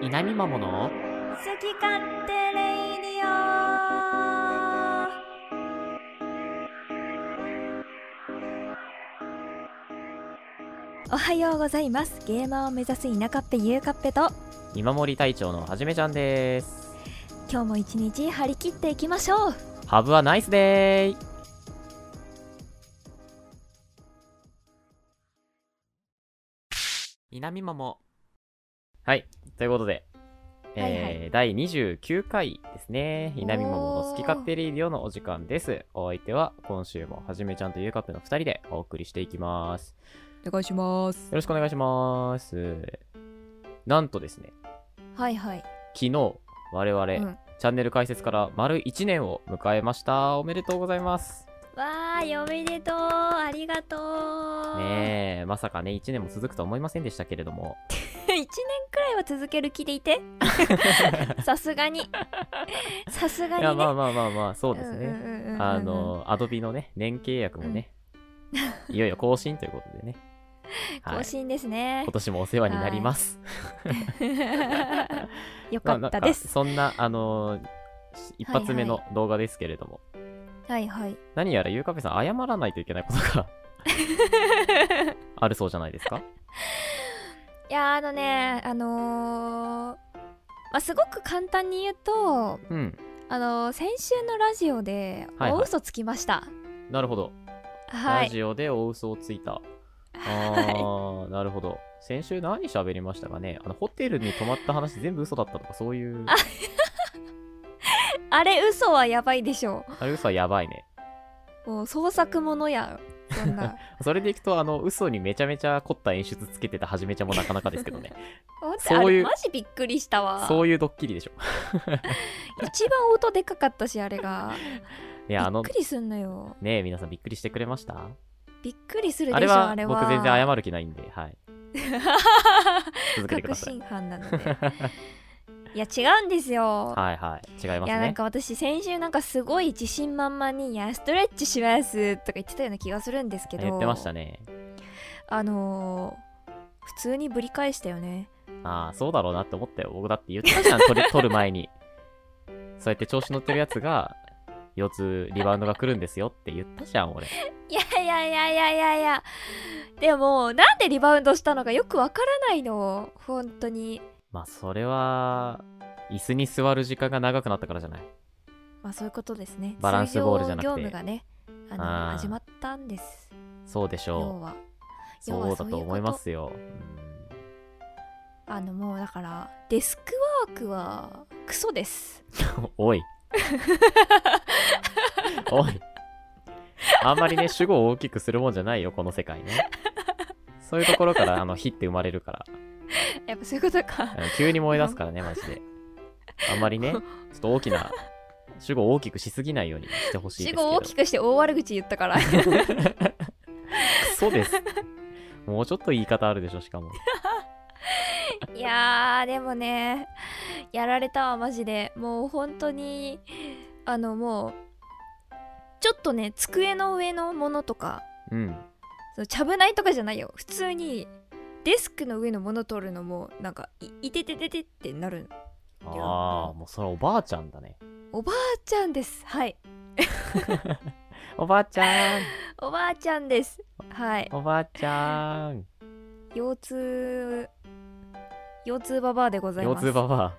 稲見まもの好き勝手レイディオおはようございますゲーマーを目指す田舎っぺゆうかっぺと見守り隊長のはじめちゃんです今日も一日張り切っていきましょうハブはナイスデーイ稲見まもはいということでえーはい第29回ですね。稲見まもの好き勝手レイディオのお時間です。お相手は今週もはじめちゃんとゆうかっぺの2人でお送りしていきます。お願いしますよろしくお願いします。なんとですね、はいはい昨日、我々、うんチャンネル開設から丸1年を迎えました。おめでとうございます。わーいおめでとうありがとう ねえ、まさかね、1年も続くとは思いませんでしたけれども。 1年くらいは続ける気で いてさすがにさすいがにねや、まあまあまあまあ、そうですうんね。うんうんうんうんあの、アドビのね、年契約もね、 いよいよ更新ということで ね。は更い。新ですね今年もお世話になります。 よ まかあなっんかたですそんな、あのー一発目のは動画ですけれども、はいはい何やらゆうかぺさん謝らないといけないこと があるそうじゃないですか。いやあのねあのーまあ、すごく簡単に言うと、うん。あのー先週のラジオではいはい大嘘つきました。なるほど。はラい。ジオで大嘘をついた。ああ、なるほど。先週何喋りましたかねあの、ホテルに泊まった話全部嘘だったとか、そういう。あれ嘘はやばいでしょあれ嘘はやばいね。う。もう創作ものやんそ んな。それでいくと、あの、嘘にめちゃめちゃ凝った演出つけてたはじめちゃんもなかなかですけ どね。ほんとそういうあれマジびっくりしたわ。そういうドッキリ でしょ。一番音でかかったしあれが。いびや、あのっく、りすんのよ。ねえ、皆さんびっくりしてくれましたびっくりするでしょああれれは。は、僕全然 謝る気ないんで、はい。続けてくだ確さい。信犯なのでいや違うんですよ、はいはい。違いまいすやなんね。か私先週なんかすごい自信満々に「いやストレッチします」とか言ってたような気がするんですけど言ってましたね。あのー普通にぶり返したよねああ、そうだろうなって思ったよ。僕だって言ってたじゃん、取る取る前 に。そうやって調子乗ってるやつが、腰痛リバウンドが来るんですよって言ったじゃん、俺。いやいやいやいやいやいやでもなんでリバウンドしたのかよくわからないの本当にまあ、それは、椅子に座る時間が長くなったからじゃない。まあそういうことですねバランスボールじゃなくて通常業務がねあのあー始まったんですそうでし要ょはう。要そうはだそういうとこと思いますよ。あのもうだからデスクワークはクソですうん、お い。おい。あんまりね、主語を大きくするもんじゃないよ、この世界ね。そういうところから、あの、火って生まれるから。やっぱそういうことかあの急に燃え出すからね、マジで。あんまりね、ちょっと大きな、主語を大きくしすぎないようにしてほしいですけ主ど。語を大きくして大悪口言ったか らいそうです。もうちょっと言い方あるでしょ、しかも。やーでもねやられたわマジでもう本当にあのもうちょっとね机の上のものとかうん。そのちゃぶ台とかじゃないよ普通にデスクの上のもの取るのもなんかいいててててってなるのああ、もうそれおばあちゃんだね。おばあちゃんですはいおばあちゃん、おばあちゃんですはいおばあちゃん。腰痛腰痛ババアでござい腰ます痛ババ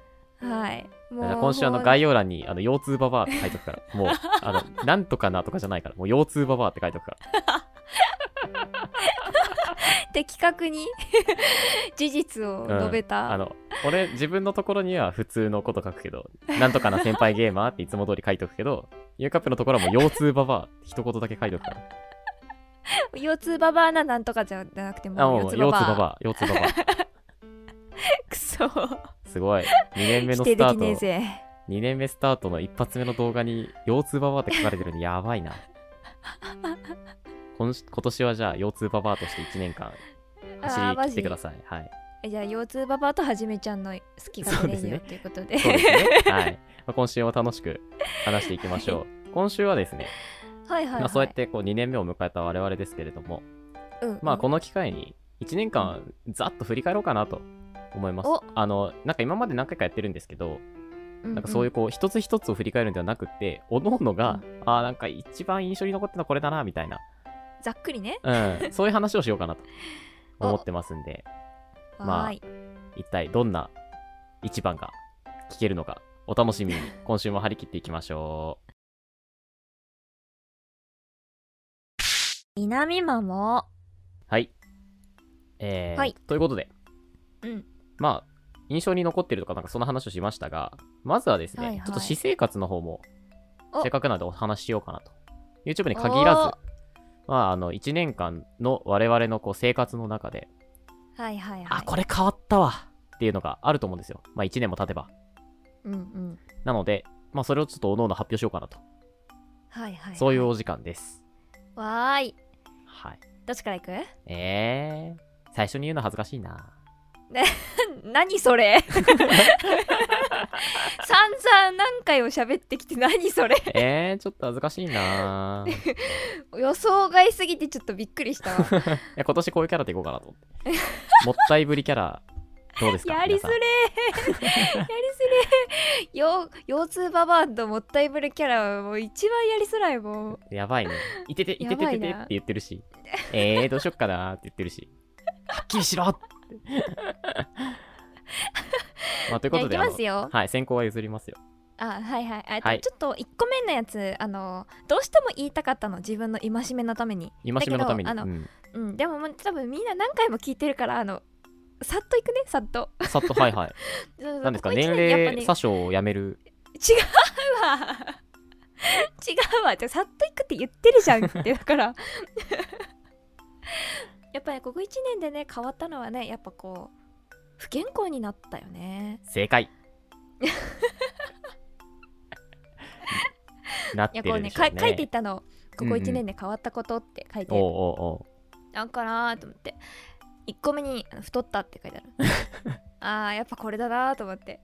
はいア。もじうゃあ今週あの概要欄にあの腰痛ババアって書いとくから。もう、あの、なんとかなとかじゃないから。もう腰痛ババアって書いとくから。的確に 事実を述べた、あの、俺、自分のところには普通のこと書くけど、なんとかな先輩ゲーマーっていつも通り書いとくけど、ゆうカップのところはもう腰痛ババアって一言だけ書いとくから。腰痛ババアななんとかじゃなくてあ、 ももうう腰痛腰バ痛バアババア、腰痛ババア。くそすごい。2年目否の定スでタきーねえト、ぜ2年目スタートの一発目の動画に腰痛ババアって書かれてるのやばいな。今し今年はじゃあ腰痛ババアとして1年間 走 あーマりジ切ってください。はい。じゃあ腰痛ババアとはじめちゃんの好きがそうレでイすディオねということでそうですね。はい。まあ今週も楽しく話していきましょ う。今週はですね、 はいはい、はいまあ、そうやってこう2年目を迎えた我々ですけれども、うんうんまあこの機会に1年間ざっと振り返ろうかなと思いますお。あの、なんか今まで何回かやってるんですけど、うんなんかそういうこう、一つ一つを振り返るんではなくって、おのおのが、ああ、なんか一番印象に残ったのはこれだな、みたいな、ざっくりね うん、そういう話をしようかなと思ってますんで、まあはーい一体どんな一番が聞けるのか、お楽しみに、今週も張り切っていきましょう。南マもはい。えーはいということで、うんまあ、印象に残ってるとか、なんかそんな話をしましたが、まずはですね、はいはいちょっと私生活の方も、おせっかくなのでお話ししようかなと。YouTube に限らず、まあ、あの、1年間の我々のこう生活の中で、はいはいはいあ、これ変わったわっていうのがあると思うんですよ。まあ、1年も経てば。うんうんなので、まあ、それをちょっとおのの発表しようかなと。はいはいそういうはお時間です。わーいはい。どっちから行く えー、最初に言うの恥ずかしいな。何それ 散々何回を喋ってきて何それえー、ちょっと恥ずかしいな。い予想外すぎてちょっとびっくりしたわや今年こういうキャラでいこうかなと思って。もったいぶりキャラ、どうですか やりすれー皆やりすれーよ腰痛ババアともったいぶるキャラはもう一番やりづらいもうさんやばいね。いてて、いてててやばていてっなて言ってるし。えー、どうしよっかなーって言ってるし。はっきりしろって。まあ、ということで、じゃあいきますよあのはい、先行は譲りますよ。あはいはいあ、はいちょっと1個目のやつあのどうしても言いたかったの自分の戒めのために今しめのために。だけどあうの、んうん、でももう多分みんな何回も聞いてるからあのさっといくねさっとさっと、はい はい。な何ですか年齢詐称をやめる。違うわ 違うわじゃあさっと行くって言ってるじゃんってだから やっぱり、ね、ここ1年でね変わったのはねやっぱこう不健康になったよね正 解なっいてやこうるでねしょうかね書いていったのうここんう1ん年で変わったことって書いておあうる、おうおなんかなーと思って1個目にあの太ったって書いてある あーやっぱこれだなーと思って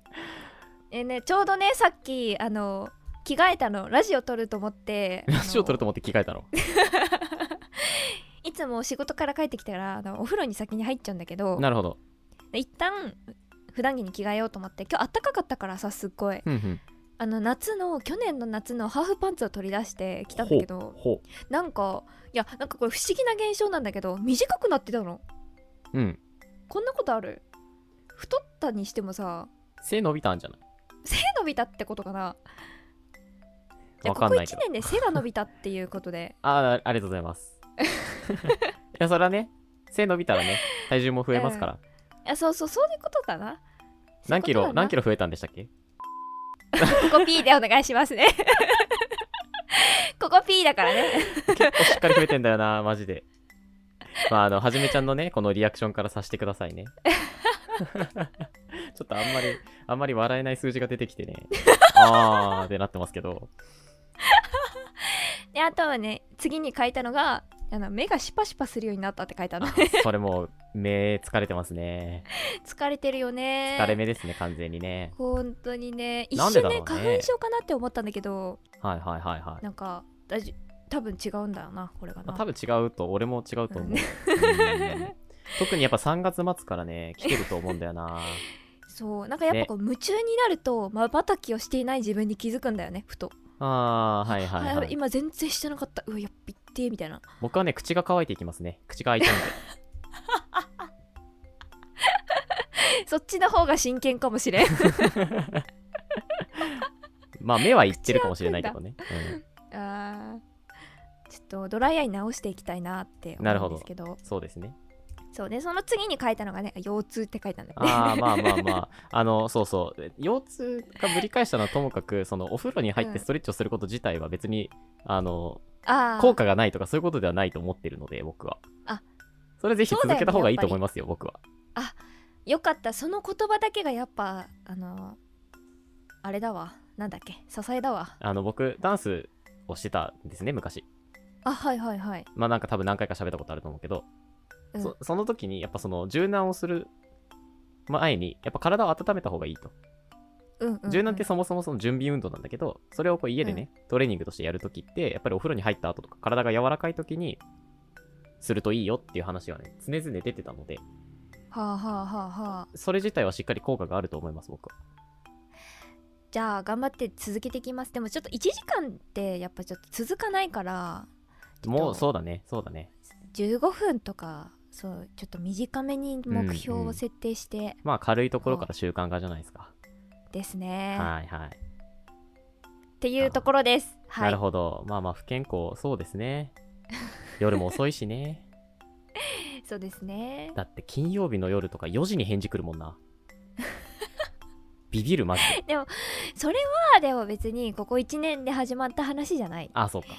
えねちょうどねさっきあの着替えたのラジオ撮ると思ってうラジオ撮るとと思って着替えたのいつも仕事から帰ってきたらあのお風呂に先に入っちゃうんだけどなるほど一旦普段着に着替えようと思って今日暖かかったからさすっごいふんふんあの夏の去年の夏のハーフパンツを取り出して着たんだけどほなんかいやなんかこれ不思議な現象なんだけど短くなってたのううんこんなことある太ったにしてもさ背伸びたんじゃない背伸びたってことかなやわかんないけこどこ1年で背が伸びたっていうことであーありがとうございます いやそれはね背伸びたらね体重も増えますから、いやそうそうそういうことだな何キロ何キロロ増えたんでしたっけここ P でお願いしますね ここ P だからね結構しっかり増えてんだよな マジでまああのはじめちゃんのねこのリアクションからさしてくださいね ちょっとあんまりあんまり笑えない数字が出てきてね あーってなってますけどであとはね次に書いたのがあの目がシパシパするようになったって書いたの それもう目疲れてますね疲れてるよね疲れ目ですね完全にね本当にね一なんで瞬だろうねね花粉症かなって思ったんだけどはいはいはいはい、なんかだじ多分違うんだよなこれがなまあ、多分違うと俺も違うと思う、うんうん特にやっぱ3月末からね来てると思うんだよ なそうなんかやっぱこう夢中になるとまばたきをしていない自分に気づくんだよねふとあーはいあはいやはべい今全然してなかったうわやっぴってーみたいな 僕はね口が乾いていきますね口が開いちゃうんでそっちの方が真剣かもしれんまあ目は言ってるかもしれないけどね、うんあーちょっとドライアイ直していきたいなってなるほ思うどんですけどそうですねそうねその次に書いたのがね腰痛って書いたんだよねああまあまあ まああのそうそうで腰痛がぶり返したのはともかくそのお風呂に入っうんてストレッチをすること自体は別に、あの あー効果がないとかそういうことではないと思ってるので僕はあそれぜひそうだ続よねけた方がいいと思いますよ僕はよかったその言葉だけがやっぱあのあれだわなんだっけ支えだわあの僕ダンスをしてたんですね昔あはいはいはいまあなんか多分何回か喋ったことあると思うけど、うんそその時にやっぱその柔軟をする前にやっぱ体を温めた方がいいとうんうん、うん、柔軟ってそもそもその準備運動なんだけど、それをこう家でね、トレーニングとしてやるときって、やっぱりお風呂に入った後とか、体が柔らかいときに、するといいよっていう話はね、常々出てたので、はあはあはあはあそれ自体はしっかり効果があると思います僕はじゃあ頑張って続けていきますでもちょっと1時間ってやっぱちょっと続かないからちょっともうそうだねそうだね15分とかそうちょっと短めに目標うんうをん設定してまあ軽いところから習慣化じゃないですかですね、はいはい、っていうところですはないるほどまあまあ不健康そうですね夜も遅いしねそうですねだって金曜日の夜とか4時に返事来るもん なビビるマジでそれはでも別にここ1年で始まった話じゃないあそうか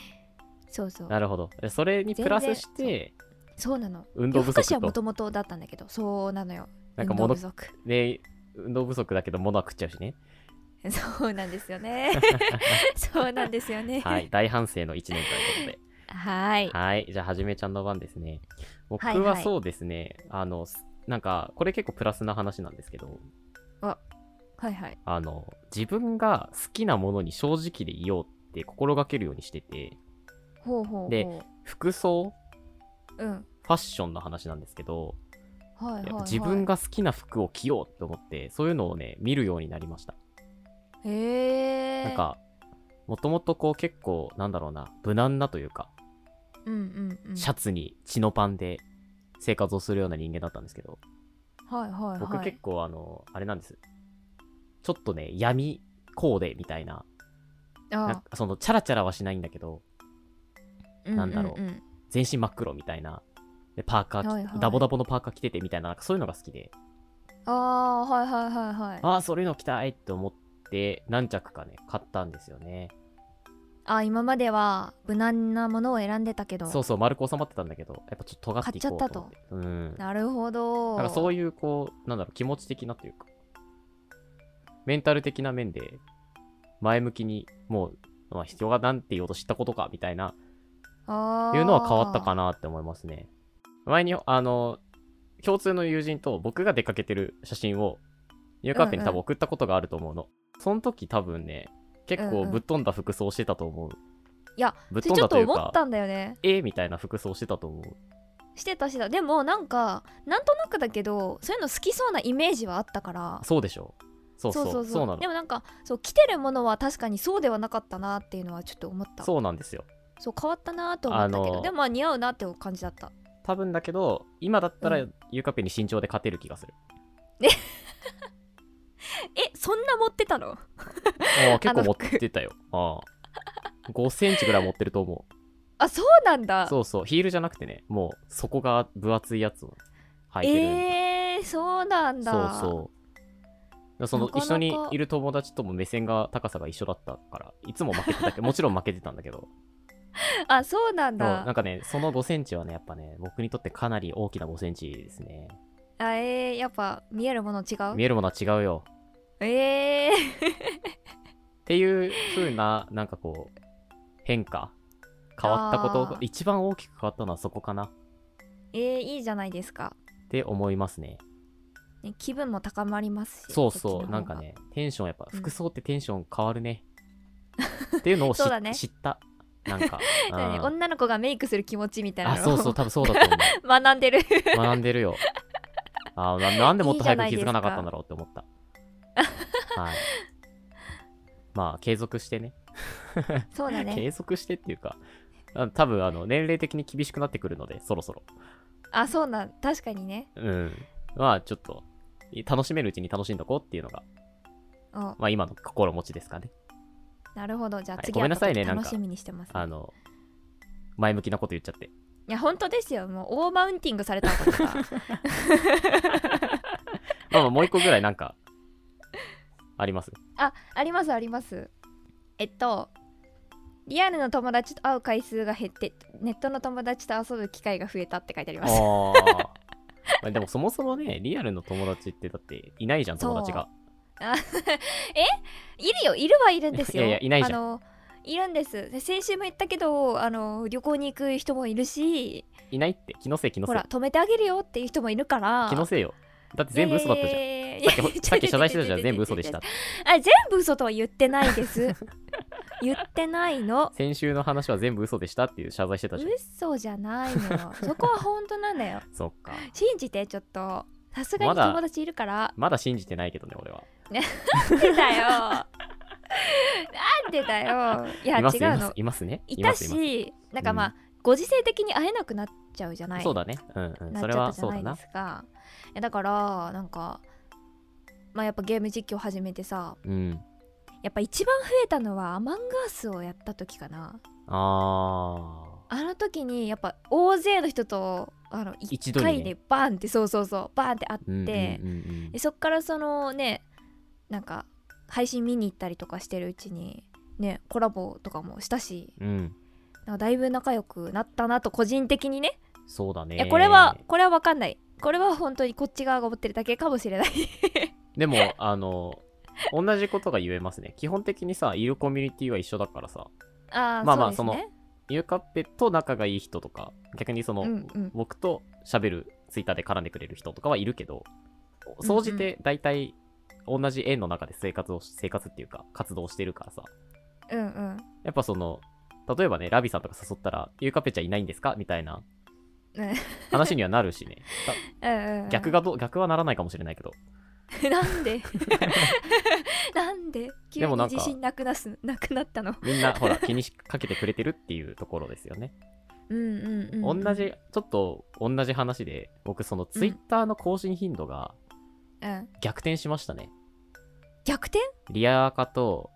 そうそうなるほどでそれにプラスしてそうなの運動夜不更かしはも足とともとだったんだけどそうなのよなんか運動物不足ね運動不足だけど物は食っちゃう しねそうなんですよね そうなんですよねはい、大反省の1年ということで。はいはい、じゃあ、はじめちゃんの番ですね。僕はいははいそうですね、あの、すなんか、これ結構プラスな話なんですけど、はいはいあの、自分が好きなものに正直でいようって心がけるようにしてて、ほうほうほうで服装、うんファッションの話なんですけど、はいはい、やっはぱい、自分が好きな服を着ようと思って、そういうのをね、見るようになりました。へえなんか、もともとこう結構、なんだろうな、無難なというか、うんうんうんシャツにチノパンで生活をするような人間だったんですけど、はいはいはい僕結構あの、あれなんです。ちょっとね、闇コーデみたいな。あなんかその、チャラチャラはしないんだけど、なんだろううんうんうん全身真っ黒みたいな。で、パーカー着、はいはいダボダボのパーカー着ててみたいな、なんかそういうのが好きで、ああーはいはいはいはいあああ、そういうの着たいって思って、何着かね、買ったんですよね。あ今までは無難なものを選んでたけどそうそう、丸く収まってたんだけど、やっぱちょっと尖っていこうと思って。買うん。なるほどなんかそういういう、こう、なんだろう、気持ち的なというか、メンタル的な面で、前向きに、もう、まあ、必要がなんて言おうと知ったことか、みたいないうのは変わったかなって思いますね。前に、あの、共通の友人と僕が出かけてる写真を、ニューカーフェに多うんう分送ったことがあると思うの。その時多分ね、結うん構うんぶっ飛んだ服装してたと思う。いや、ぶっち飛ょんちょだっといとう思っか、たんだよねえみたいな服装してたと思う。してたしてたでもなんかなんとなくだけどそういうの好きそうなイメージはあったからそうでしょそうそう、そうなでの。もなんかそう着てるものは確かにそうではなかったなっていうのはちょっと思ったそうそうなんですよ。変わったなと思ったけどあのでもまあ似合うなって感じだった多分だけど、今だったらうユーカーフェに身長で勝てる気が する。えそんな持ってたのああ結構あの持っ服てたよ。ああ5センチぐらい持ってると思う。あそうなんだそうそう、ヒールじゃなくてね、もう底が分厚いやつを履いてるんで。えー、そうなんだそうそう。そのなかなか一緒にいる友達とも目線が高さが一緒だったから、いつも負けてた けど、もちろん負けてたんだけど、あそうなんでもだなんかね、その5センチはね、やっぱね、僕にとってかなり大きな5センチですね。あえー、やっぱ見えるもの違う見えるものは違うよ。えー、 っていう風な、なんかこう、変化変わったこあーと、一番大きく変わったのはそこかなっえー、いいじゃないですか、て思いますね。ね、気分も高まりますしそうっそちの方う、がなんかね、テンションやっぱ、うん服装ってテンション変わるね。っていうのを知,、そうだね知った。なんか。だからねうん女の子がメイクする気持ちみたいなあ、のをそうそう、多分そうだと思 学んでるう。学んでるよ。あななんでもっと早く気づかなかったんだろうって思った。はい。まあ、継続してね。 そうだね継続してっていうか、あ多分あの、年齢的に厳しくなってくるので、そろそろ。あそうなん確かにねうん。まあ、ちょっと、楽しめるうちに楽しんどこうっていうのが、おまあ今の心持ちですかね。なるほどじゃあはい次ごめんなさいねはちょっとなんか楽しみにしてます、あの、前向きなこと言っちゃって。いや本当ですよもうオーマウンティングされたわけだ からまあまあもう一個ぐらいなんか、あります。あありますありますえっとリアルの友達と会う回数が減ってネットの友達と遊ぶ機会が増えたって書いてありますああ。でもそもそもね、リアルの友達ってだっていないじゃん、そう友達が。いるよいるはいるんですよいやいやいないじゃんあのいるんですで先週も言ったけどあの旅行に行く人もいるしいないって、気のせい、気のせほいら。止めてあげるよっていう人もいるから気のせいよ。だって全部嘘だったじゃん。さゃっきほ、さっき謝罪してたじゃん、全部嘘でしたって。あ全部嘘とは言ってないです 言ってないの先週の話は全部嘘でしたっていう謝罪してたじゃん。 嘘じゃないのよそこは本当なんだよそっか。信じてちょっとさすがにまだ友達いるからまだ信じてないけどね、俺は。なんでだよなんでだよいやいます、い違うますの、いますね。いたますますしなんかまあ、ご時世的に会えなくなっちゃうじゃないそうだね。うんうん。なそっれちゃはったじそゃうなだいなで。すかいやだからなんかまあやっぱゲーム実況始めてさうん。やっぱ一番増えたのはアマンガースをやった時かなああの時にやっぱ大勢の人とあの一度1にね回でバーンってそうそうそうバーンって会って、ー。うんうんうんでそっからそのねなんか配信見に行ったりとかしてるうちにねコラボとかもしたしうん。うん。なんかだいぶ仲良くなったなと個人的にね、そうだね。いやこれはこれは分かんないこれは本当にこっち側が思ってるだけかもしれないでも、あの、同じことが言えますね。基本的にさ、いるコミュニティは一緒だからさ、あーまあまあそうですねゆうかっぺと仲がいい人とか、逆にその、うんうん僕と喋る、ツイッターで絡んでくれる人とかはいるけど、総じて大体、同じ円の中で生活をし、生活っていうか、活動してるからさ、うんうんやっぱその、例えばね、ラビさんとか誘ったら、ゆうかっぺちゃんいないんですかみたい なうん話にはなるしね。たうんうん逆がどう、逆はならないかもしれないけど。な んでなんで急でにもなんか自信なくなすなくなったのみんな、ほら、気にしかけてくれてるっていうところですよね。うんうんうん同うん、じ、ちょっと同じ話で、僕、そのツイッターの更新頻度がうん、逆転しましたね。逆転リアアカと、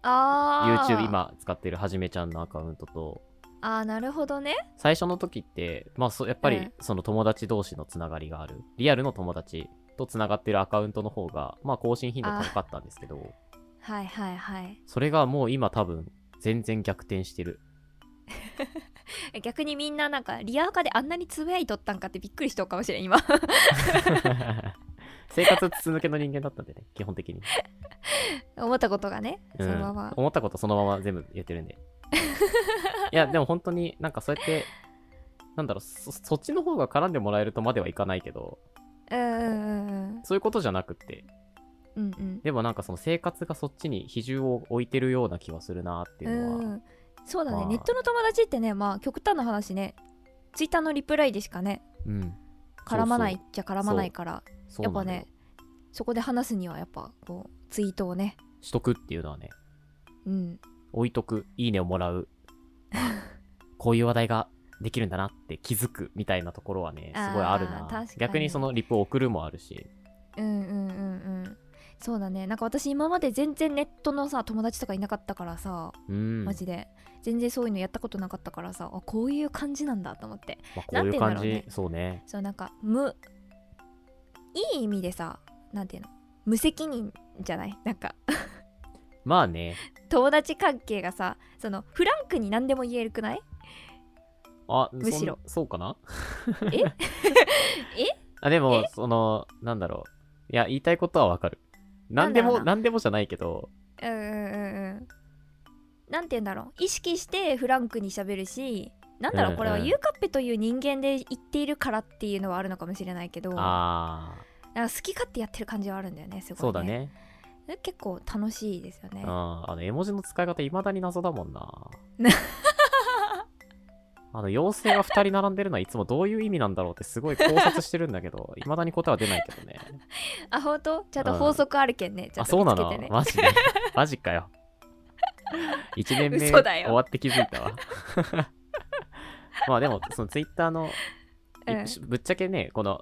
ああ YouTube 今使ってるはじめちゃんのアカウントと、ああなるほどね最初の時って、まあ、そうやっぱうりんその友達同士のつながりがある、リアルの友達とつながってるアカウントの方が、まあ、更新頻度高かったんですけど、はいはいはいそれがもう今多分、全然逆転してる。 え逆にみんななんかリアカであんなにつぶやいとったんかってびっくりしとうかもしれん今 生活続けの人間だったんでね、基本的に。思ったことがねうそんのまま、思ったことそのまま全部言ってるん で。いや、でも本当になんかそうやって、なんだろうそ、そっちの方が絡んでもらえるとまではいかないけど、うんうんうんそういうことじゃなくって、うんうんうんでもなんかその生活がそっちに比重を置いてるような気はするなっていうのは、うんそうだね、まあネットの友達ってねまあ極端な話ねツイッターのリプライでしかねうん絡まないそっちゃ絡まないからそうやっなぱんだよねそこで話すにはやっぱこうツイートをねしとくっていうのはねうん置いとくいいねをもら うこういう話題ができるんだなって気づくみたいなところはねすごいあるあなー確かに逆にそのリプを送るもあるしうんうんうんうんそうだねなんか私今まで全然ネットのさ友達とかいなかったからさうんマジで、全然そういうのやったことなかったからさあこういう感じなんだと思ってまあ、こういう感なんて言うんだろうじねそうねそうなんか無いい意味でさなんていうの無責任じゃないなんか まあね友達関係がさそのフランクに何でも言えるくないあむしろそんそうかな ええあでもそのなんだろういや言いたいことはわかる何でもなんだろうな何でもじゃないけどうんうんうんうんなんて言うんだろう意識してフランクにしゃべるしなんだろう、うんこれはうんユーカッペという人間で言っているからっていうのはあるのかもしれないけどなんかああ好き勝手やってる感じはあるんだよねすごい、ね、そうだね結構楽しいですよねああの絵文字の使い方いまだに謎だもんなあの妖精が2人並んでるのはいつもどういう意味なんだろうってすごい考察してるんだけどい まだに答えは出ないけどねあ本当ちゃんと法則あるけんねちょあっそうなと見つけのてねマジで マジかよ1年目嘘だよ終わって気づいたわ まあでもそのツイッターの、いうんぶっちゃけねこの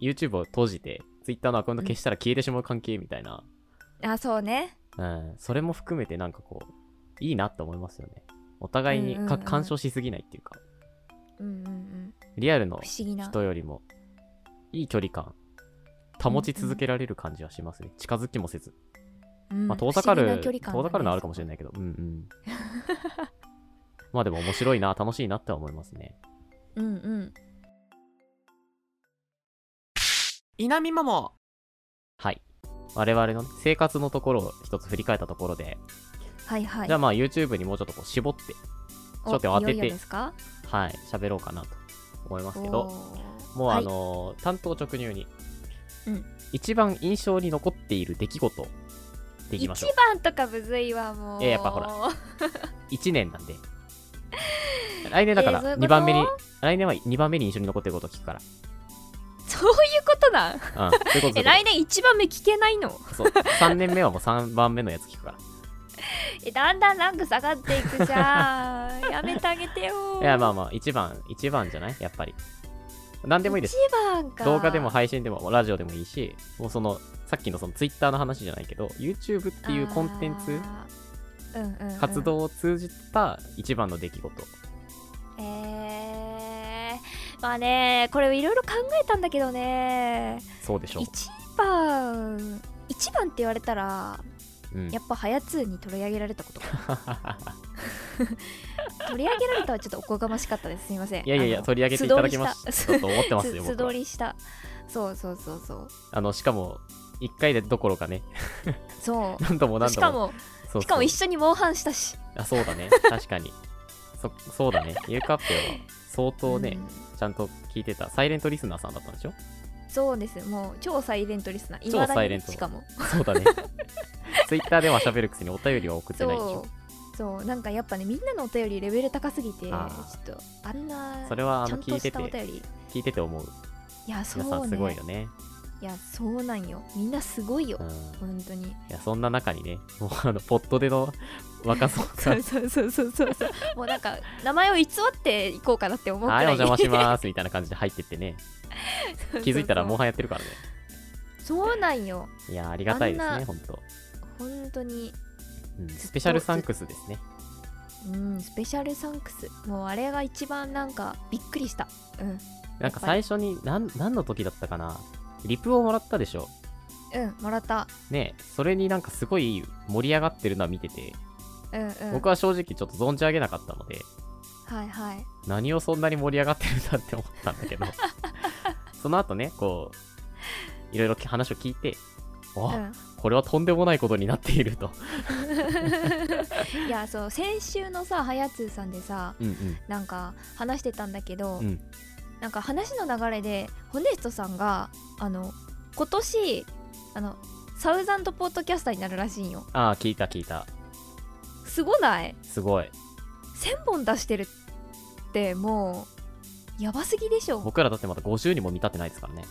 YouTube を閉じてツイッターのアカウント消したら消えてしまう関係みたいな、あそうねうん、それも含めてなんかこう、いいなって思いますよね。お互いにか、うんうんうん干渉しすぎないっていうか、うんうんうんリアルの不思議な人よりも、いい距離感、保ち続けられる感じはしますね。近づきもせず。うんまあ、遠ざか不る、思議な距離感だね遠ざかるのはあるかもしれないけど、うんうん。 まあでも面白いな、楽しいなって思いますね。うんうん稲見マモはい。我々のね生活のところを一つ振り返ったところで、はいはいじゃあまあ YouTube にもうちょっとこう絞って、お焦点を当てていよいよですかはい、喋ろうかなと思いますけど、ももうあのー担当直入に、うん一番印象に残っている出来事でいきましょう一番とかむずいわもうえやっぱほら1年 なんで来年だかえーらそういうこと2番目に、来年は2番目に印象に残ってることを聞くからそそういうことなん うん、そういうことそういえうこ来年1番目聞けないのとそう3年目はもう3番目のやつ聞く からえだんだんランク下がっていくじゃんやめてあげて よいやまあまあ1番1番じゃないやっぱり何でもいいです1番か動画でも配信でもラジオでもいいしもうそのさっきのその Twitter の話じゃないけど YouTube っていうコンテンツあーうんうんうん活動を通じた一番の出来事えー、まあねこれいろいろ考えたんだけどねそうでしょ一番一番って言われたらう、うんや、っぱはやつに取り上げられたことか取り上げられたはちょっとおこがましかったですすみません いやいやいあやの取り上げていただきました素通りと思 ってますすよ素僕は通りしたそうそうそうそうあのしかも1回でどころかね そ何度もう何し度かももそうそうしかも一緒にモンハンしたしあそうだね確かにそそうだねゆうかっぺは相当ね、んちゃんと聞いてたサイレントリスナーさんだったんで しょそうですもう超サイレントリスナーい超まサだイレンにトしかもそうだねツイッターでは喋るくせにお便りは送ってないでしそょうそうなんかやっぱねみんなのお便りレベル高すぎてちょあっとあんなそれはあちゃのん聞といてしたおて便り聞いてて思ういやそ皆さうんねすごいよねいやそうなんよみんなすごいようんい本当 にやそんな中にねもうあのポットでの若造そが うそうそうそうそうそうもうなんか名前を偽っていこうかなって思うくはらい、いお邪魔しますみたいな感じで入ってってね、 そうそうそう気づいたらもうやってるからね。そうなんよいやー、ありがたいであすんね、な本当、本当にうん。ずっとスペシャルサンクスですね。うんスペシャルサンクスもうあれが一番なんかびっくりしたうんなんか最初に、なん何の時だったかな、リプをもらったでしょ。うんもらったねえそれになんかすごい盛り上がってるのは見てて、うんうん僕は正直ちょっと存じ上げなかったので、はいはい何をそんなに盛り上がってるんだって思ったんだ けど、その後ね、こう、いろいろ話を聞いて、あ、これはとんでもないことになっていると。うんいやそう先週のさはやつーさんでさうんうん。なんか話してたんだけど、うんなんか話の流れでホネストさんがあの今年あのサウザンドポッドキャスターになるらしいんよああ、聞いた聞いた。すごないすごい。 1000本出してるってもうやばすぎでしょ僕らだってまだ50にも満たってないですからね。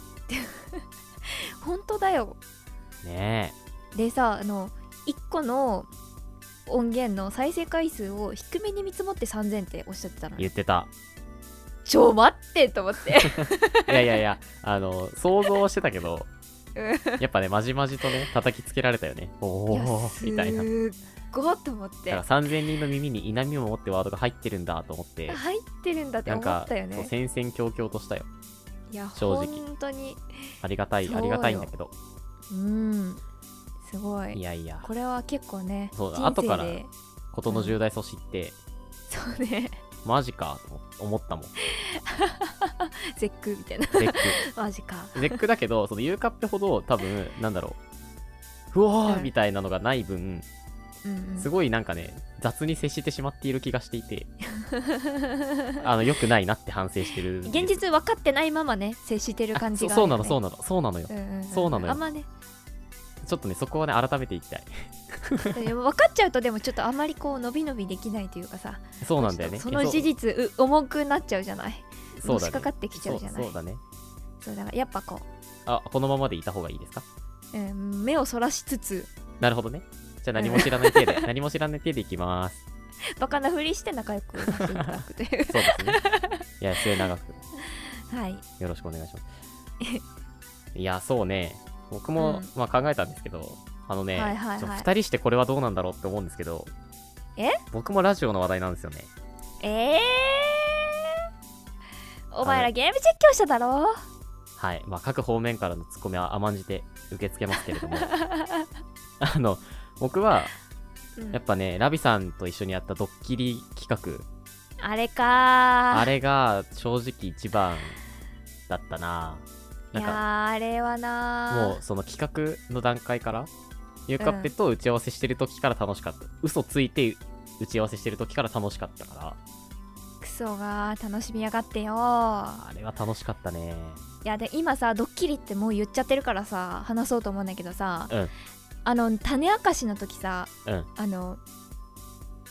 本当だよねでさあの1個の音源の再生回数を低めに見積もって3000っておっしゃってたのえ、言ってた。ちょ待ってと思っていやいやいや、あの、想像してたけどうん、やっぱね、まじまじとね、叩きつけられたよね。 おいやおすみたいな。だーっごいと思っからて3000人の耳に稲みも持ってワードが入ってるんだと思って、入ってるんだってなん思っか、たよそうね戦々恐々としたよ。いや正直本当にありがたい、そうよありがたいんだけど。うんすごいいやいや、これは結構ねそうだ人後生からでことの重大さ知って、そうね マジかと思ったもん。絶句みたいな ゼック。マジかゼックだけど、そのユーカッペほど多分、なんだろう。うわーみたいなのがない分、うんうんすごいなんかね、雑に接してしまっている気がしてい て、あの、良くないなって反省してるんです。現実分かってないままね接してる感じがああそるうなよの、ねそうなの、そうなのよ。うんうんうんそうなのよあんまねちょっとね、そこはね、改めてい きたい。でも分かっちゃうとでもちょっとあんまりこう伸び伸びできないというかさそうなんだよね。ちょっとその事実う重くなっちゃうじゃないえそうのそしうだかかね。ってきちゃそううじゃないそうだね。そうだからやっぱこあ、このままでいた方がいいですかう、うん、目をそらしつつ なるほどね。じゃあ何も知らない手で、何も知らない手でいきます。バカなふりして仲良くなっていただくというそ うですね。いや、末永く、はいよろしくお願いし ます。いや、そうね。僕も、うんまあ考えたんですけど、あのね、はいはいはいちょっと二人してこれはどうなんだろうって思うんですけど、え僕もラジオの話題なんですよね。ええー、お前はらいゲーム実況者だろはい、まあ、各方面からのツッコミは甘んじて受け付けますけれど もあの僕はうんやっぱねラビさんと一緒にやったドッキリ企画あれかーあれが正直一番だったななんいかやーあれはなーもうその企画の段階からゆうかっぺと打ち合わせしてる時から楽しかった、嘘ついて打ち合わせしてる時から楽しかったからクソが楽しみやがってよーあれは楽しかったねいやで今さドッキリってもう言っちゃってるからさ話そうと思うんだけどさ、うんあの種明かしの時さうんあの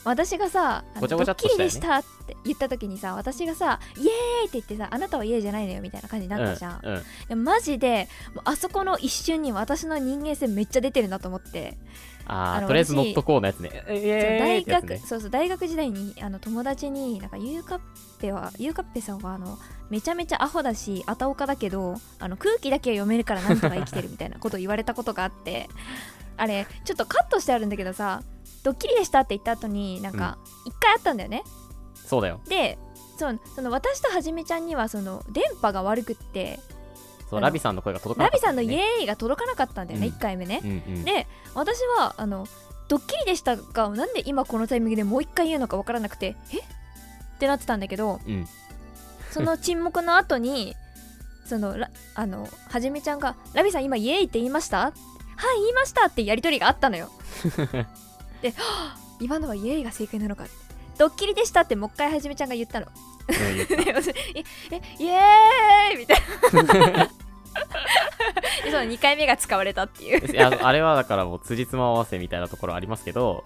私がさあのごちゃごちゃっとドッキリでしたっって言った時にさ私がさ「イエーイ!」って言ってさ「あなたはイエーイじゃないのよ」みたいな感じになったじゃん、うんうん、いやマジでもうあそこの一瞬に私の人間性めっちゃ出てるなと思ってああーのとりあえず乗っとこうのやつねえそうえー大ってやつ学ねそうそう大学時代にあの友達になんかゆうかっぺはゆうかっぺさんはあのめちゃめちゃアホだしアタオカだけどあの空気だけは読めるからなんとか生きてるみたいなことを言われたことがあってあれちょっとカットしてあるんだけどさドッキリでしたって言った後になんか一回あったんだよね、そうだよでそうその私とはじめちゃんにはその電波が悪くってそうあのラビさんの声が届かなラかビったさんのイエーイが届かなかったんだよね、うん1回目ね、うんうん、で私はあのドッキリでしたがなんで今このタイミングでもう一回言うのか分からなくてえってなってたんだけどうん、その沈黙の後にそのラあのはじめちゃんが「ラビさん今イエーイって言いました?」はい言いましたってやり取りがあったのよで はぁ今のはイエーイが正解なのかドッキリでしたってもう一回はじめちゃんが言ったの うん言っで私ええイエーイみたいな でその2回目が使われたっていういやあれはだからもう辻褄合わせみたいなところありますけど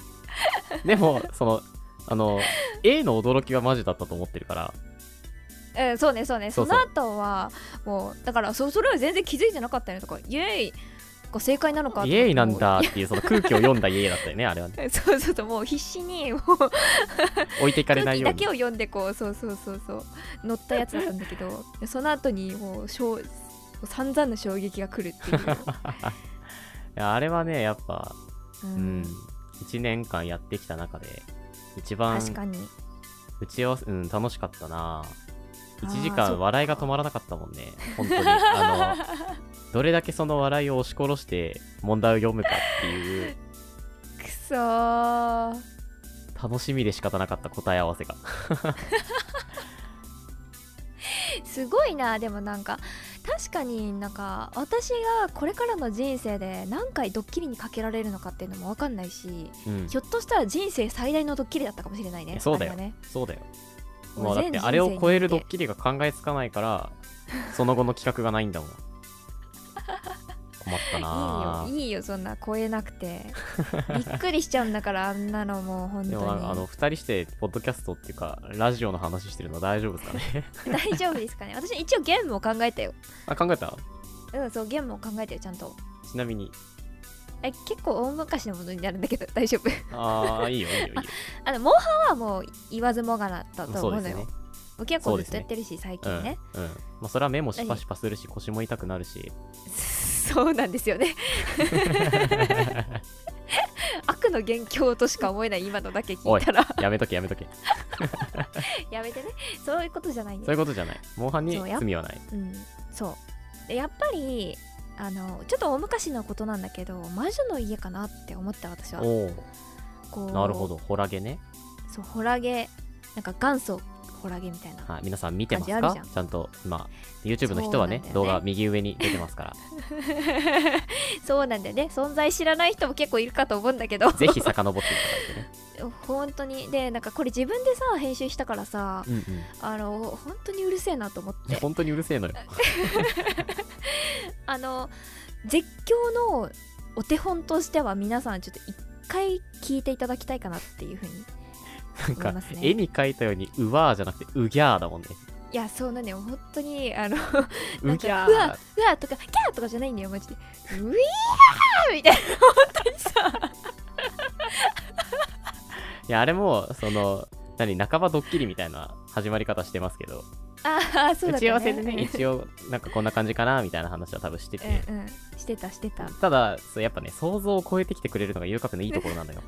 でもそのあの A の驚きはマジだったと思ってるからうん、そうねそうねそそうそうの後はもうだからそそれは全然気づいてなかったよねとかイエーイが正解なのかとイ思っエてーイなんだっていうその空気を読んだイエーイだったよねあれはねもうそうそうそうもう必死にもう置いていかれ空ないよ気うだにけを読んでこうそうそうそうそう乗ったやつだったんだけどその後にもうしょう散々な衝撃が来るっ ていう、いやあれはねやっぱううんん、1年間やってきた中で一番確かに打ち合わせ、うん、楽しかったなあー1時そっ間か笑いが止まらなかったもんね本当にあ のどれだけその笑いを押し殺して問題を読むかっていうくそー楽しみで仕方なかった答え合わせがすごいなでもなんか確かになんか私がこれからの人生で何回ドッキリにかけられるのかっていうのも分かんないしうんひょっとしたら人生最大のドッキリだったかもしれないいね。やそうだよあれはねそうだよももううだって全あれを超えるド人生にッキリが考えつかないからその後の企画がないんだもん困ったないいよ、いいよ、そんな超えな くて。びっくりしちゃうんだから、あんなのもう本当でに。もあのあの2人してポッドキャストっていうかラジオの話してるの大丈夫ですかね 大丈夫ですかね。私、一応ゲームを考えたよ。あ考えたうん、そう、ゲームを考えたよ、ちゃんと。ちなみにえ結構大昔のものになるんだけど、 大丈夫。ああいいよいいよ いいよあの、モンハンはもう言わずもがなだとそ思ううでのすよ。ねもう結構ずっとやってるし、う最ん近ね。うんまあ、それは目もシパシパするし腰も痛くなるし そうなんですよ ね。悪の元凶としか思えない今のだけ聞いたら、やめとけやめと けやめてね。そういうことじゃないんそういうことじゃないモンハンにそうや罪はないうん、そうでやっぱりあのちょっと大昔のことなんだけど魔女の家かなって思った私はおこおうなるほどホラゲね、そうホラゲなんか元祖ホラゲみたいな はい、皆さん見てます感じあかるじゃんちゃんと今 YouTube の人はねそ動うな画んだよね右上に出てます からそうなんだよね存在知らない人も結構いるかと思うんだけどぜひ遡っていただい 本当にでなんかこれ自分でさ編集したからさてねうんうんあの本当にうるせえなと思っい やて本当にうるせえのよあの絶叫のお手本としては皆さんちょっと一回聞いていただきたいかなっていうふうになん思いか、ますね絵に描いたようにうわーじゃなくてうぎゃーだもんねいやそうなんだよ本当にあの なうんぎゃーかうわうわとかキャーとかじゃないんだよマジでういーみたいないやあれもその何半ばドッキリみたいな始まり方してますけどああそうだ打ったねち合わせでね一応なんかこんな感じかなみたいな話は多分してて、うんうんしてたしてたただそうやっぱね想像を超えてきてくれるのがゆうかぺのいいところなのよ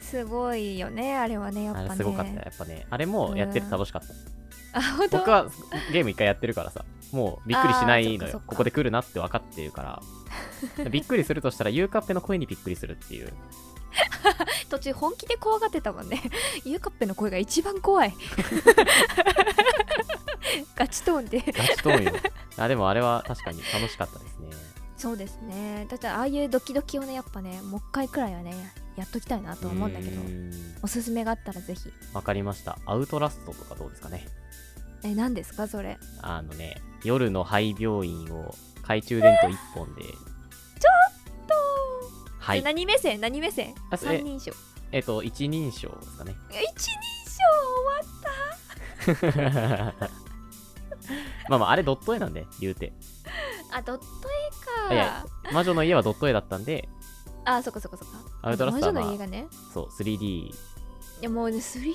すごいよねあれは ねやっぱあねれすごかったやっぱねあれもやってて楽しか った、あ本当僕はゲーム一回やってるからさもうびっくりしないのあーそっかそっよかここで来るなって分かってるから びっくりするとしたらゆうかぺの声にびっくりするっていう途中本気で怖がってたもんねゆうかっぺの声が一番怖い ガチトーンでガチトー ンよあでもあれは確かに楽しかったですねそうですねだってああいうドキドキをねやっぱねもう一回くらいはねやっときたいなと思うんだけどうーんおすすめがあったらぜひわかりましたアウトラストとかどうですかねえ何ですかそれあのね夜の廃病院を懐中電灯一本でちょっとはえい何目線何目線あそれ三人称えっと、一人称ですかね。一人称終わっまあまあ、あれドット絵なんで、言うて。たあドットい絵やか魔女の家はドット絵だったんで、あそっかそっかそっかアウトラスターは魔女の家がねそう、3D。ちいやもうね 3D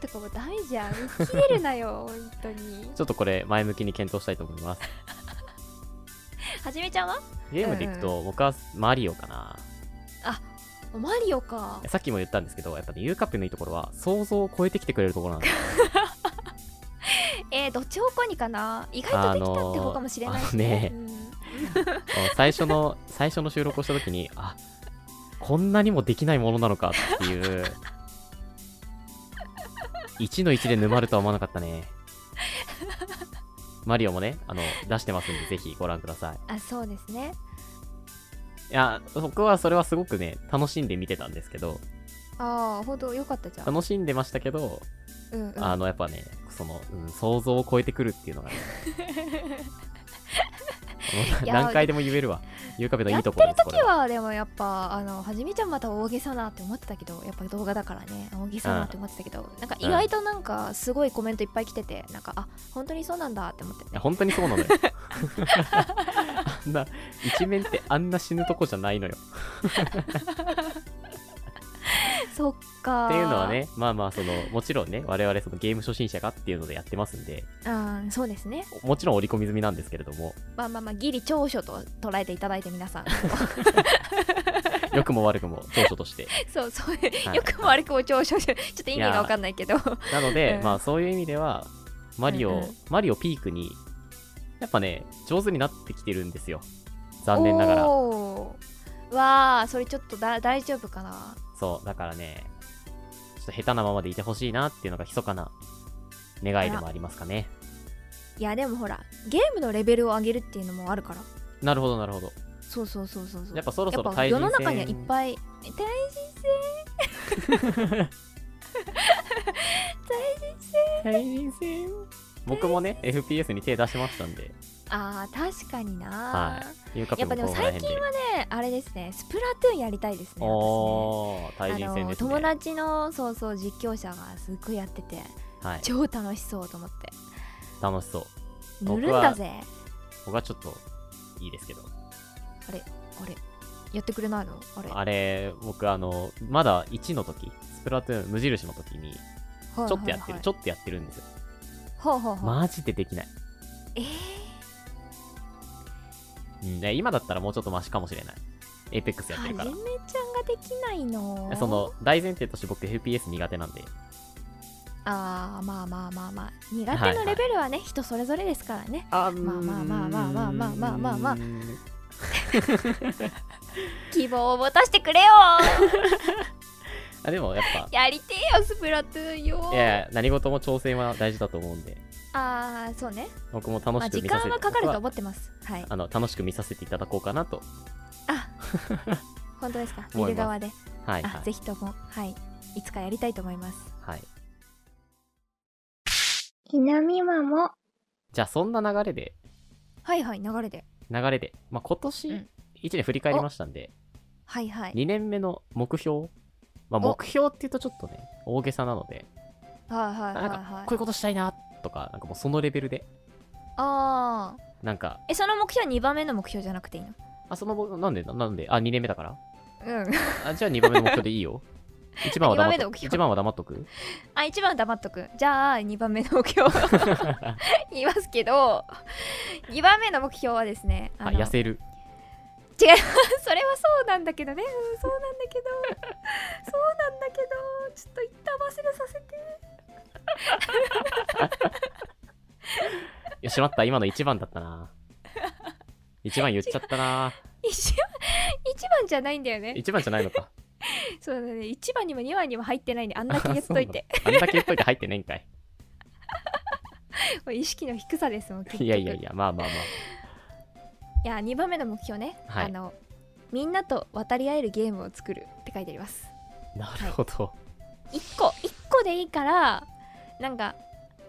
とかもダメじゃん浮き出るなよ 本当にょっとこれ、前向きに検討したいと思い ます。はじめちゃんはゲームでいくと、僕はマリオかな。マリオかさっきも言ったんですけど、やっぱね、ユーカップのいいところは、想像を超えてきてくれるところなんですよ。えー、どっち方向にかな意外とできたって方かもしれないしああの最初の、最初の収録をしたときに、あ、こんなにもできないものなのかっていう。1の1で沼るとは思わなかったね。マリオもね、あの、出してますんで、ぜひご覧ください。あそうですねいや、僕はそれはすごくね、楽しんで見てたんですけど、ああほんとよかったじゃん楽しんでましたけど、うんうんあの、やっぱね、その、うん、想像を超えてくるっていうの がね、もういや何回でも言えるわ。ゆうかべのいやいってとるころです、こ時れは。はでもやっぱあのはじめちゃんまた大げさなって思ってたけどやっぱり動画だからね大げさなって思ってたけど、なんか意外となんかすごいコメントいっぱい来ててなんかあ本当にそうなんだって思っていねや本当にそうなのよ。 あんな、一面ってあんな死ぬとこじゃないのよ。そっかっていうのはね、まあまあ、その、もちろんね、我々そのゲーム初心者がっていうのでやってますんで、うんそうですねもちろん織り込み済みなんですけれど も、まあまあまあギリ長所と捉えていただい て皆さん良くも悪くも長所として。そうそう、はいよくも悪くも長所じゃちょっと意味が分かんないけどなので、うんまあそういう意味では、マリオ、うんうんマリオピークに、やっぱね、上手になってきてるんですよ。残念ながら。おーわあそれちょっとだ大丈夫かなそう、だからね、ちょっと下手なままでいてほしいなっていうのが密かな願いでもありますかね。いやでもほらゲームのレベルを上げるっていうのもあるからなるほど、なるほど。そうそうそうそうそうやっぱそろそろやっぱ対世人の中にはいっ戦ぱいえ大人対人戦僕もね、FPS に手出しましたんで、あー確かにな、はゆうかやぷっんもぱでもここら最辺近で。はねあれですねスプラトゥーンやりたいですね私ねおー、対人あ戦のですね。友達のそうそう実況者がすっごいやっててはい、超楽しそうと思って楽しそう。僕は塗るんだぜ僕はちょっと、いいですけど。あれやってくれないのあれあれ、僕、あの、まだ1の時、スプラトゥーン無印の時に、ちょっとやってる、ちょょっとやってるんですよ。ほうほうほう、マジでできない。えーうん、ね今だったらもうちょっとマシかもしれない。エイペックスやっはてじるめちかゃらんが。できないのその、大前提として僕 FPS 苦手なんで。あーまあまあまあまあ苦手のレベルはね、人それぞれですからねあまあまあまあまあまあまあまあまあまあ希望を持たせてくれよあ。でもやっぱ、やりてえよスプラトゥーンよいやいや何事も挑戦は大事だと思うんで、ああそうね、僕も楽まあ、しく時見させ間て、はかかる僕とは思ってますはいあの楽しく見させていただこうかなと。本当ですか見思いまする側で、はい、あはい。ぜひともはいいつかやりたいと思いますはい、ひなみまもじゃあ、そんな流れで、はいはい流れで流れで、まあ、今年うん1年振り返りましたんで、はいはい2年目の目標、まあ、お目標っていうとちょっとね、大げさなので、はいはいはいなんか、はこういいうことしたいなとか、なんかもうそのレベルで、ああなんか、えその目標は2番目の目標じゃなくていいのあ、その僕、なんで、なんで、あ、2年目だからうんあ、じゃあ2番目の目標でいい よ。1番は黙っ二番目のと目く。1標番は黙っとく。 あ1番黙っとくじゃあ2番目の目標 言いますけど2番目の目標はですねあ、あの痩せる。 それはそうなんだけどね、うん、そうなんだけど そうなんだけどちょっと一旦忘れさせていや、しまった、今の1番だったな。1番言っちゃったな。一番一番じゃないんだよね1番じゃないのか。そうだね一番にも二番にも入ってないんであんだけ言っといてあんだけ言っといて入ってないんかい。 これ意識の低さですもん結局いやいやいや、まあまあまいや2番目の目標ね、はいあのみんなと渡り合えるゲームを作るって書いてありますあ。なるほど。 1個一個でいいからなんか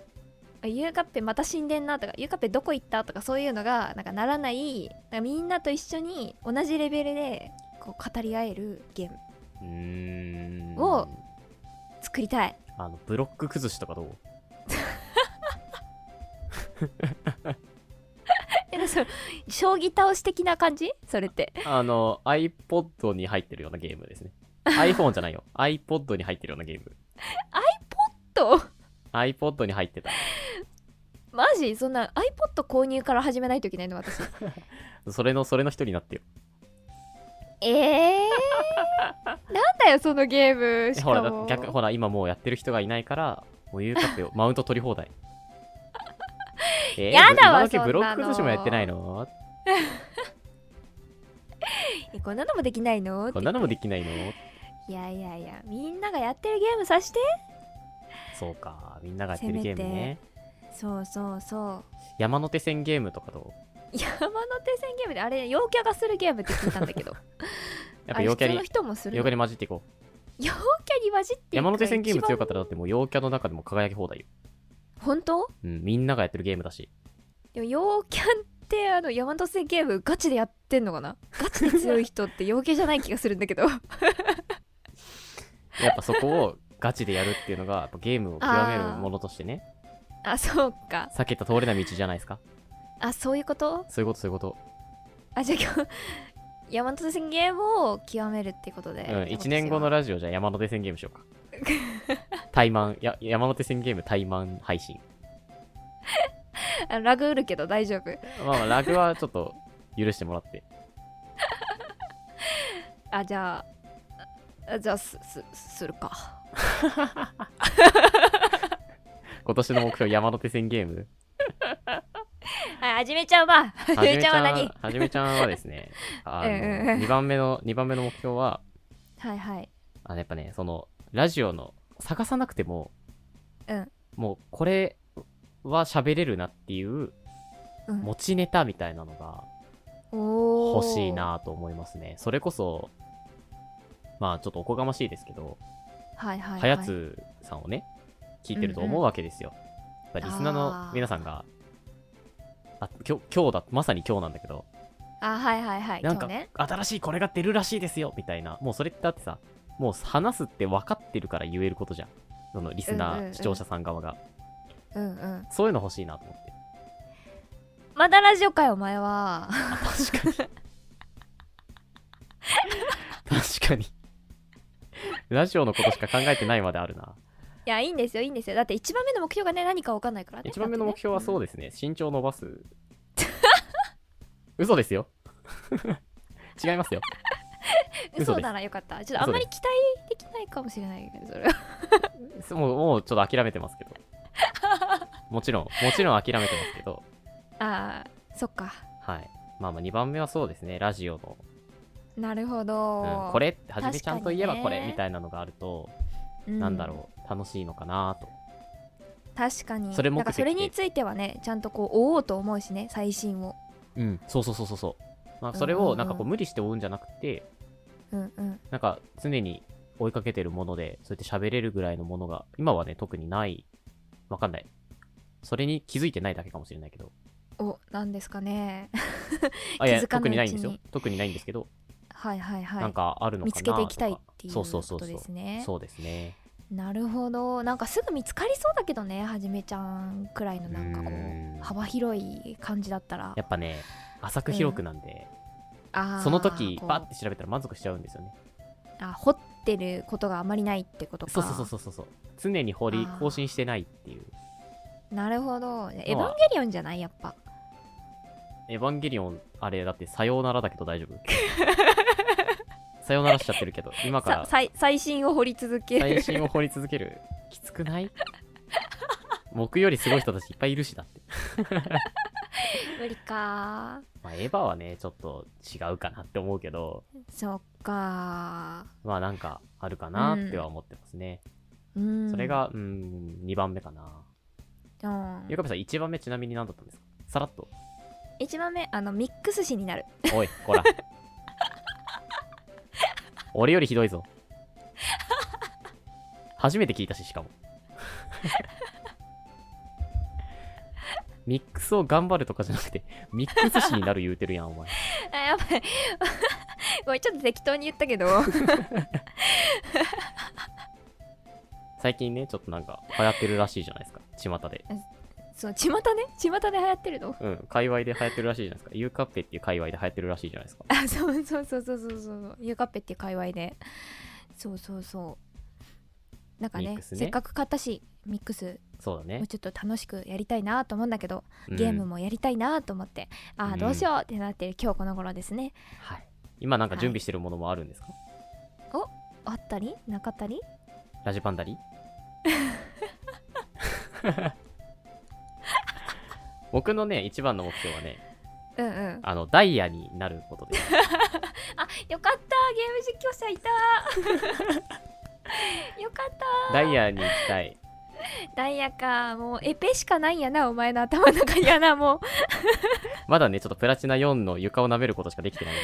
「ゆうかっぺまた死んでんな」とか「ゆうかっぺどこ行った?」とかそういうのがなんかならないなんかみんなと一緒に同じレベルでこう語り合えるゲームうーんを作りたい あのブロック崩しとかどうえそれ将棋倒し的な感じそれってあの iPod に入ってるようなゲームですね iPhone じゃないよ iPod に入ってるようなゲームと iPod に入ってたマジそんな iPod 購入から始めないといけないの私それのそれの人になってよええ ー、なんだよそのゲームえしほらかだも逆ほら今もうやってる人がいないからもう言うかってよマウント取り放題 えーやだぶ今わ時そんなのブロック崩しもやってないのえこんなのもできないのってこんなのもできないのいやいやいやみんながやってるゲームさしてそうかみんながやってるゲームねそうそうそう山手線ゲームとかどう山手線ゲームであれ陽キャがするゲームって聞いたんだけど やっぱ陽キャあれ普通にの人もする陽のキャに混じっていこう陽キャに混じっていく山手線ゲーム強かったらだってもう陽キャの中でも輝き放題よ本当うんみんながやってるゲームだしでも陽キャンってあの山手線ゲームガチでやってんのかなガチで強い人って陽キャじゃない気がするん だけどやっぱそこ をガチでやるっていうのがやっぱゲームを極めるものとしてねあそうか避けた通れない道じゃないですかあそういうことそういうことそういうこと、あじゃあ今日山手線ゲームを極めるってことで、うん、1年後の私はラジオじゃあ山手線ゲームしよ うか怠慢や山手線ゲーム怠慢配信あラグうるけど大丈夫まあまあラグはちょっと許してもらってあじゃああじゃあすすするか今年の目標山手線ゲームはいはじめちゃんはは じめちゃんは何ははじめちゃんはです ねあの、うんうんうん2番目の2番目の目標ははいはいあのやっぱねそのラジオの探さなくても、うんもうこれは喋れるなっていううん持ちネタみたいなのがお欲ーしいなと思いますねそれこそまあちょっとおこがましいですけど、はいはい、ははい、やつさんをね聞いてると思うわけですよ、やっぱリスナーの皆さんがあ今日今日だまさに今日なんだけどあはいはいはいなんか、今日ね新しいこれが出るらしいですよみたいなもうそれってだってさもう話すって分かってるから言えることじゃんそのリスナー、うんうんうん視聴者さん側がうんうんそういうの欲しいなと思ってまだラジオかよお前はあ確かに確かに ラジオのことしか考えてないまであるない やいいんですよいいんですよだって1番目の目標がね何か分かんないからね一番目の目標はそうでですね身長伸ばす 嘘ですよ 違いますよす、嘘ですそうならよかったちょっとあんまり期待できないかもしれないけどそれは もうもうちょっと諦めてますけどもちろんもちろん諦めてますけどあーそっかはい。まあまあ2番目はそうですね、ラジオの。なるほうんど、これって、はじめちゃんといえば確こかにねれみたいなのがあると、うなんだろう、楽しいのかなと。確かにそれ目的なんかそれについてはねちゃんとこう追おうと思うしね最新をうん、そうそうそうそうそう。まあ、それうんうんうをんなんかこう無理して追うんじゃなくて、うんうんなんか常に追いかけてるもので、そうやって喋れるぐらいのものが、今はね、特にない。わかんない。それに気づいてないだけかもしれないけど。おなんですかね あ、い気や、づか特ないうちににないんですよ。特にないんですけど、はいはいはいなんかあるのかな見つけていきたいっとかていうそこうそうそうとそうですねそうですね。なるほどなんかすぐ見つかりそうだけどねはじめちゃんくらいのなんかこうんう幅広い感じだったらやっぱね、浅く広くなんで、あーその時こ、うバッて調べたら満足しちゃうんですよね。あ掘ってることがあまりないってことかそうそうそうそうそう。常に掘りあー更新してないっていう。なるほどエヴァンゲリオンじゃないやっぱエヴァンゲリオン、あれだってさようならだけど大丈夫 さようならしちゃってるけど、今かさら最最新を掘り続け最る新を掘り続ける。きつくない僕よりすごい人たちいっぱいいるしだって。 無理かまあ、エヴァはね、ちょっと違うかなって思うけど、そっかまあなんかあるかなっては思ってますね。う んそれが、うん、2番目かな。うんゆかべさん、1番目ちなみに何だったんですかさらっと。一番目あのミックス誌になるおい、こら。俺よりひどいぞ。初めて聞いたし、しかも。ミックスを頑張るとかじゃなくて、ミックス師になる言うてるやん、お前。あやばい ごめんちょっと適当に言った けど最近ね、ちょっとなんか流行ってるらしいじゃないですか。巷で。そう巷ね巷で流行ってるのうん。界隈で流行ってるらしいじゃないですか。ゆうかっぺっていう界隈で流行ってるらしいじゃないですか。あそうそうそうそうそうそうゆうかっぺっていう界隈でそうそうそうなんかねミックスねせっかく買ったしミックスそうだもうね。ちょっと楽しくやりたいなと思うんだけど、ゲームも。もやりたいなと思ってあうあんどうしようってなってる今日この頃ですねはい。今なんか準備してるものもあるんですか、あったりなかったりラジパンダリ 僕のね、一番の目標はね、うんうんあの、ダイヤになることです。あよかったゲーム実況者いた よかったダイヤに行きたい。ダイヤかもうエペしかないんやなお前の頭の中にはなもうまだね、ちょっとプラチナ4の床を舐めることしかできて ないんで。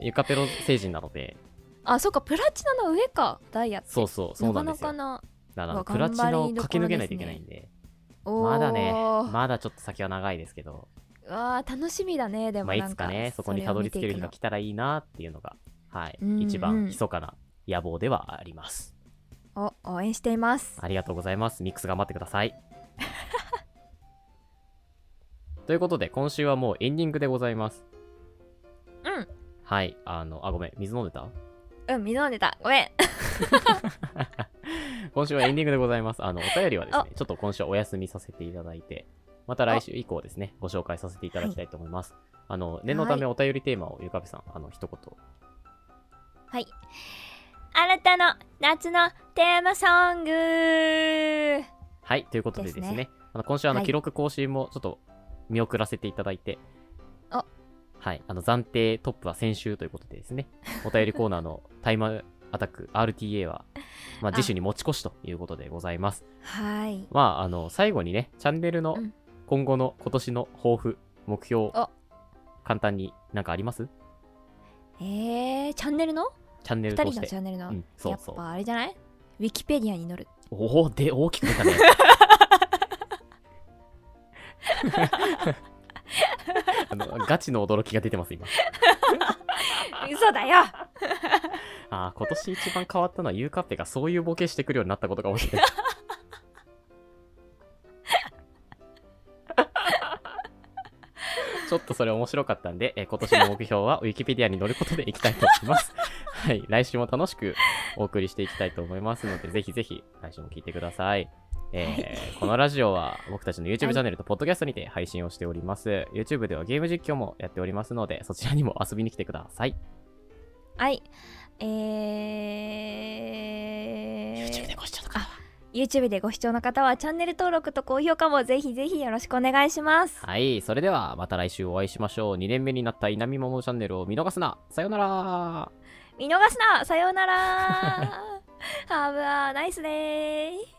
床ペロ成人なので、あそうかプラチナの上かダイヤってそうそう、そうなんですよ。かなかだなからわプラチナを駆け抜けないといけ頑ない張りんで、おーまだね、まだちょっと先は長いですけど、うわー楽しみだねでまあ、もいなんつか,、かね、そこにたどり着ける日が来たらいいなっていうのが、はい、うんうん一番密かな野望ではあります。お応援していますありがとうございます。ミックス頑張ってください。 ということで、今週はもうエンディングでございます。うんはい、あの、あ、ごめん、水飲んでた うん水飲んでたごめん今週はエンディングでございます。あの、お便りはですね、ちょっと今週はお休みさせていただいて、また来週以降ですね、ご紹介させていただきたいと思います。あの、念のためお便りテーマをゆかべさん、あの、一言。はい新たな夏のテーマソングはい、ということでですね、ですねあの今週はあのはい記録更新もちょっと見送らせていただいて、あはい、あの暫定トップは先週ということでですね、お便りコーナーの タイマーアタック RTA は、まあ、あ次週に持ち越しということでございます。はいまあ、あの、最後にね、チャンネルのうん今後の今年の抱負、目標あ、簡単になんかありますえー、チャンネルのチャンネル2と人しのてチ。ャンネルの、うん、そやうっそう。ぱあれじゃないウィキペディアに載るおお、で、大きく出たね。あのガチの驚きが出てます、今。嘘だよああ、今年一番変わったのは、ゆうかっぺがそういうボケしてくるようになったことかもしれない。ちょっとそれ面白かったんで、えー今年の目標はウィキペディアに載ることでいきたいと思います。はい、来週も楽しくお送りしていきたいと思いますので、ぜひぜひ来週も聞いてください。えーこのラジオは僕たちの YouTube チャンネルと Podcast にて配信をしております。YouTube ではゲーム実況もやっておりますので、そちらにも遊びに来てください。はいえー、 YouTube でご視聴の方は YouTube でご視聴の方はチャンネル登録と高評価もぜひぜひよろしくお願いします。はい、それではまた来週お会いしましょう。2年目になった稲見桃チャンネルを見逃すな。さようなら。 見逃すなさようならハーブアナイスデイ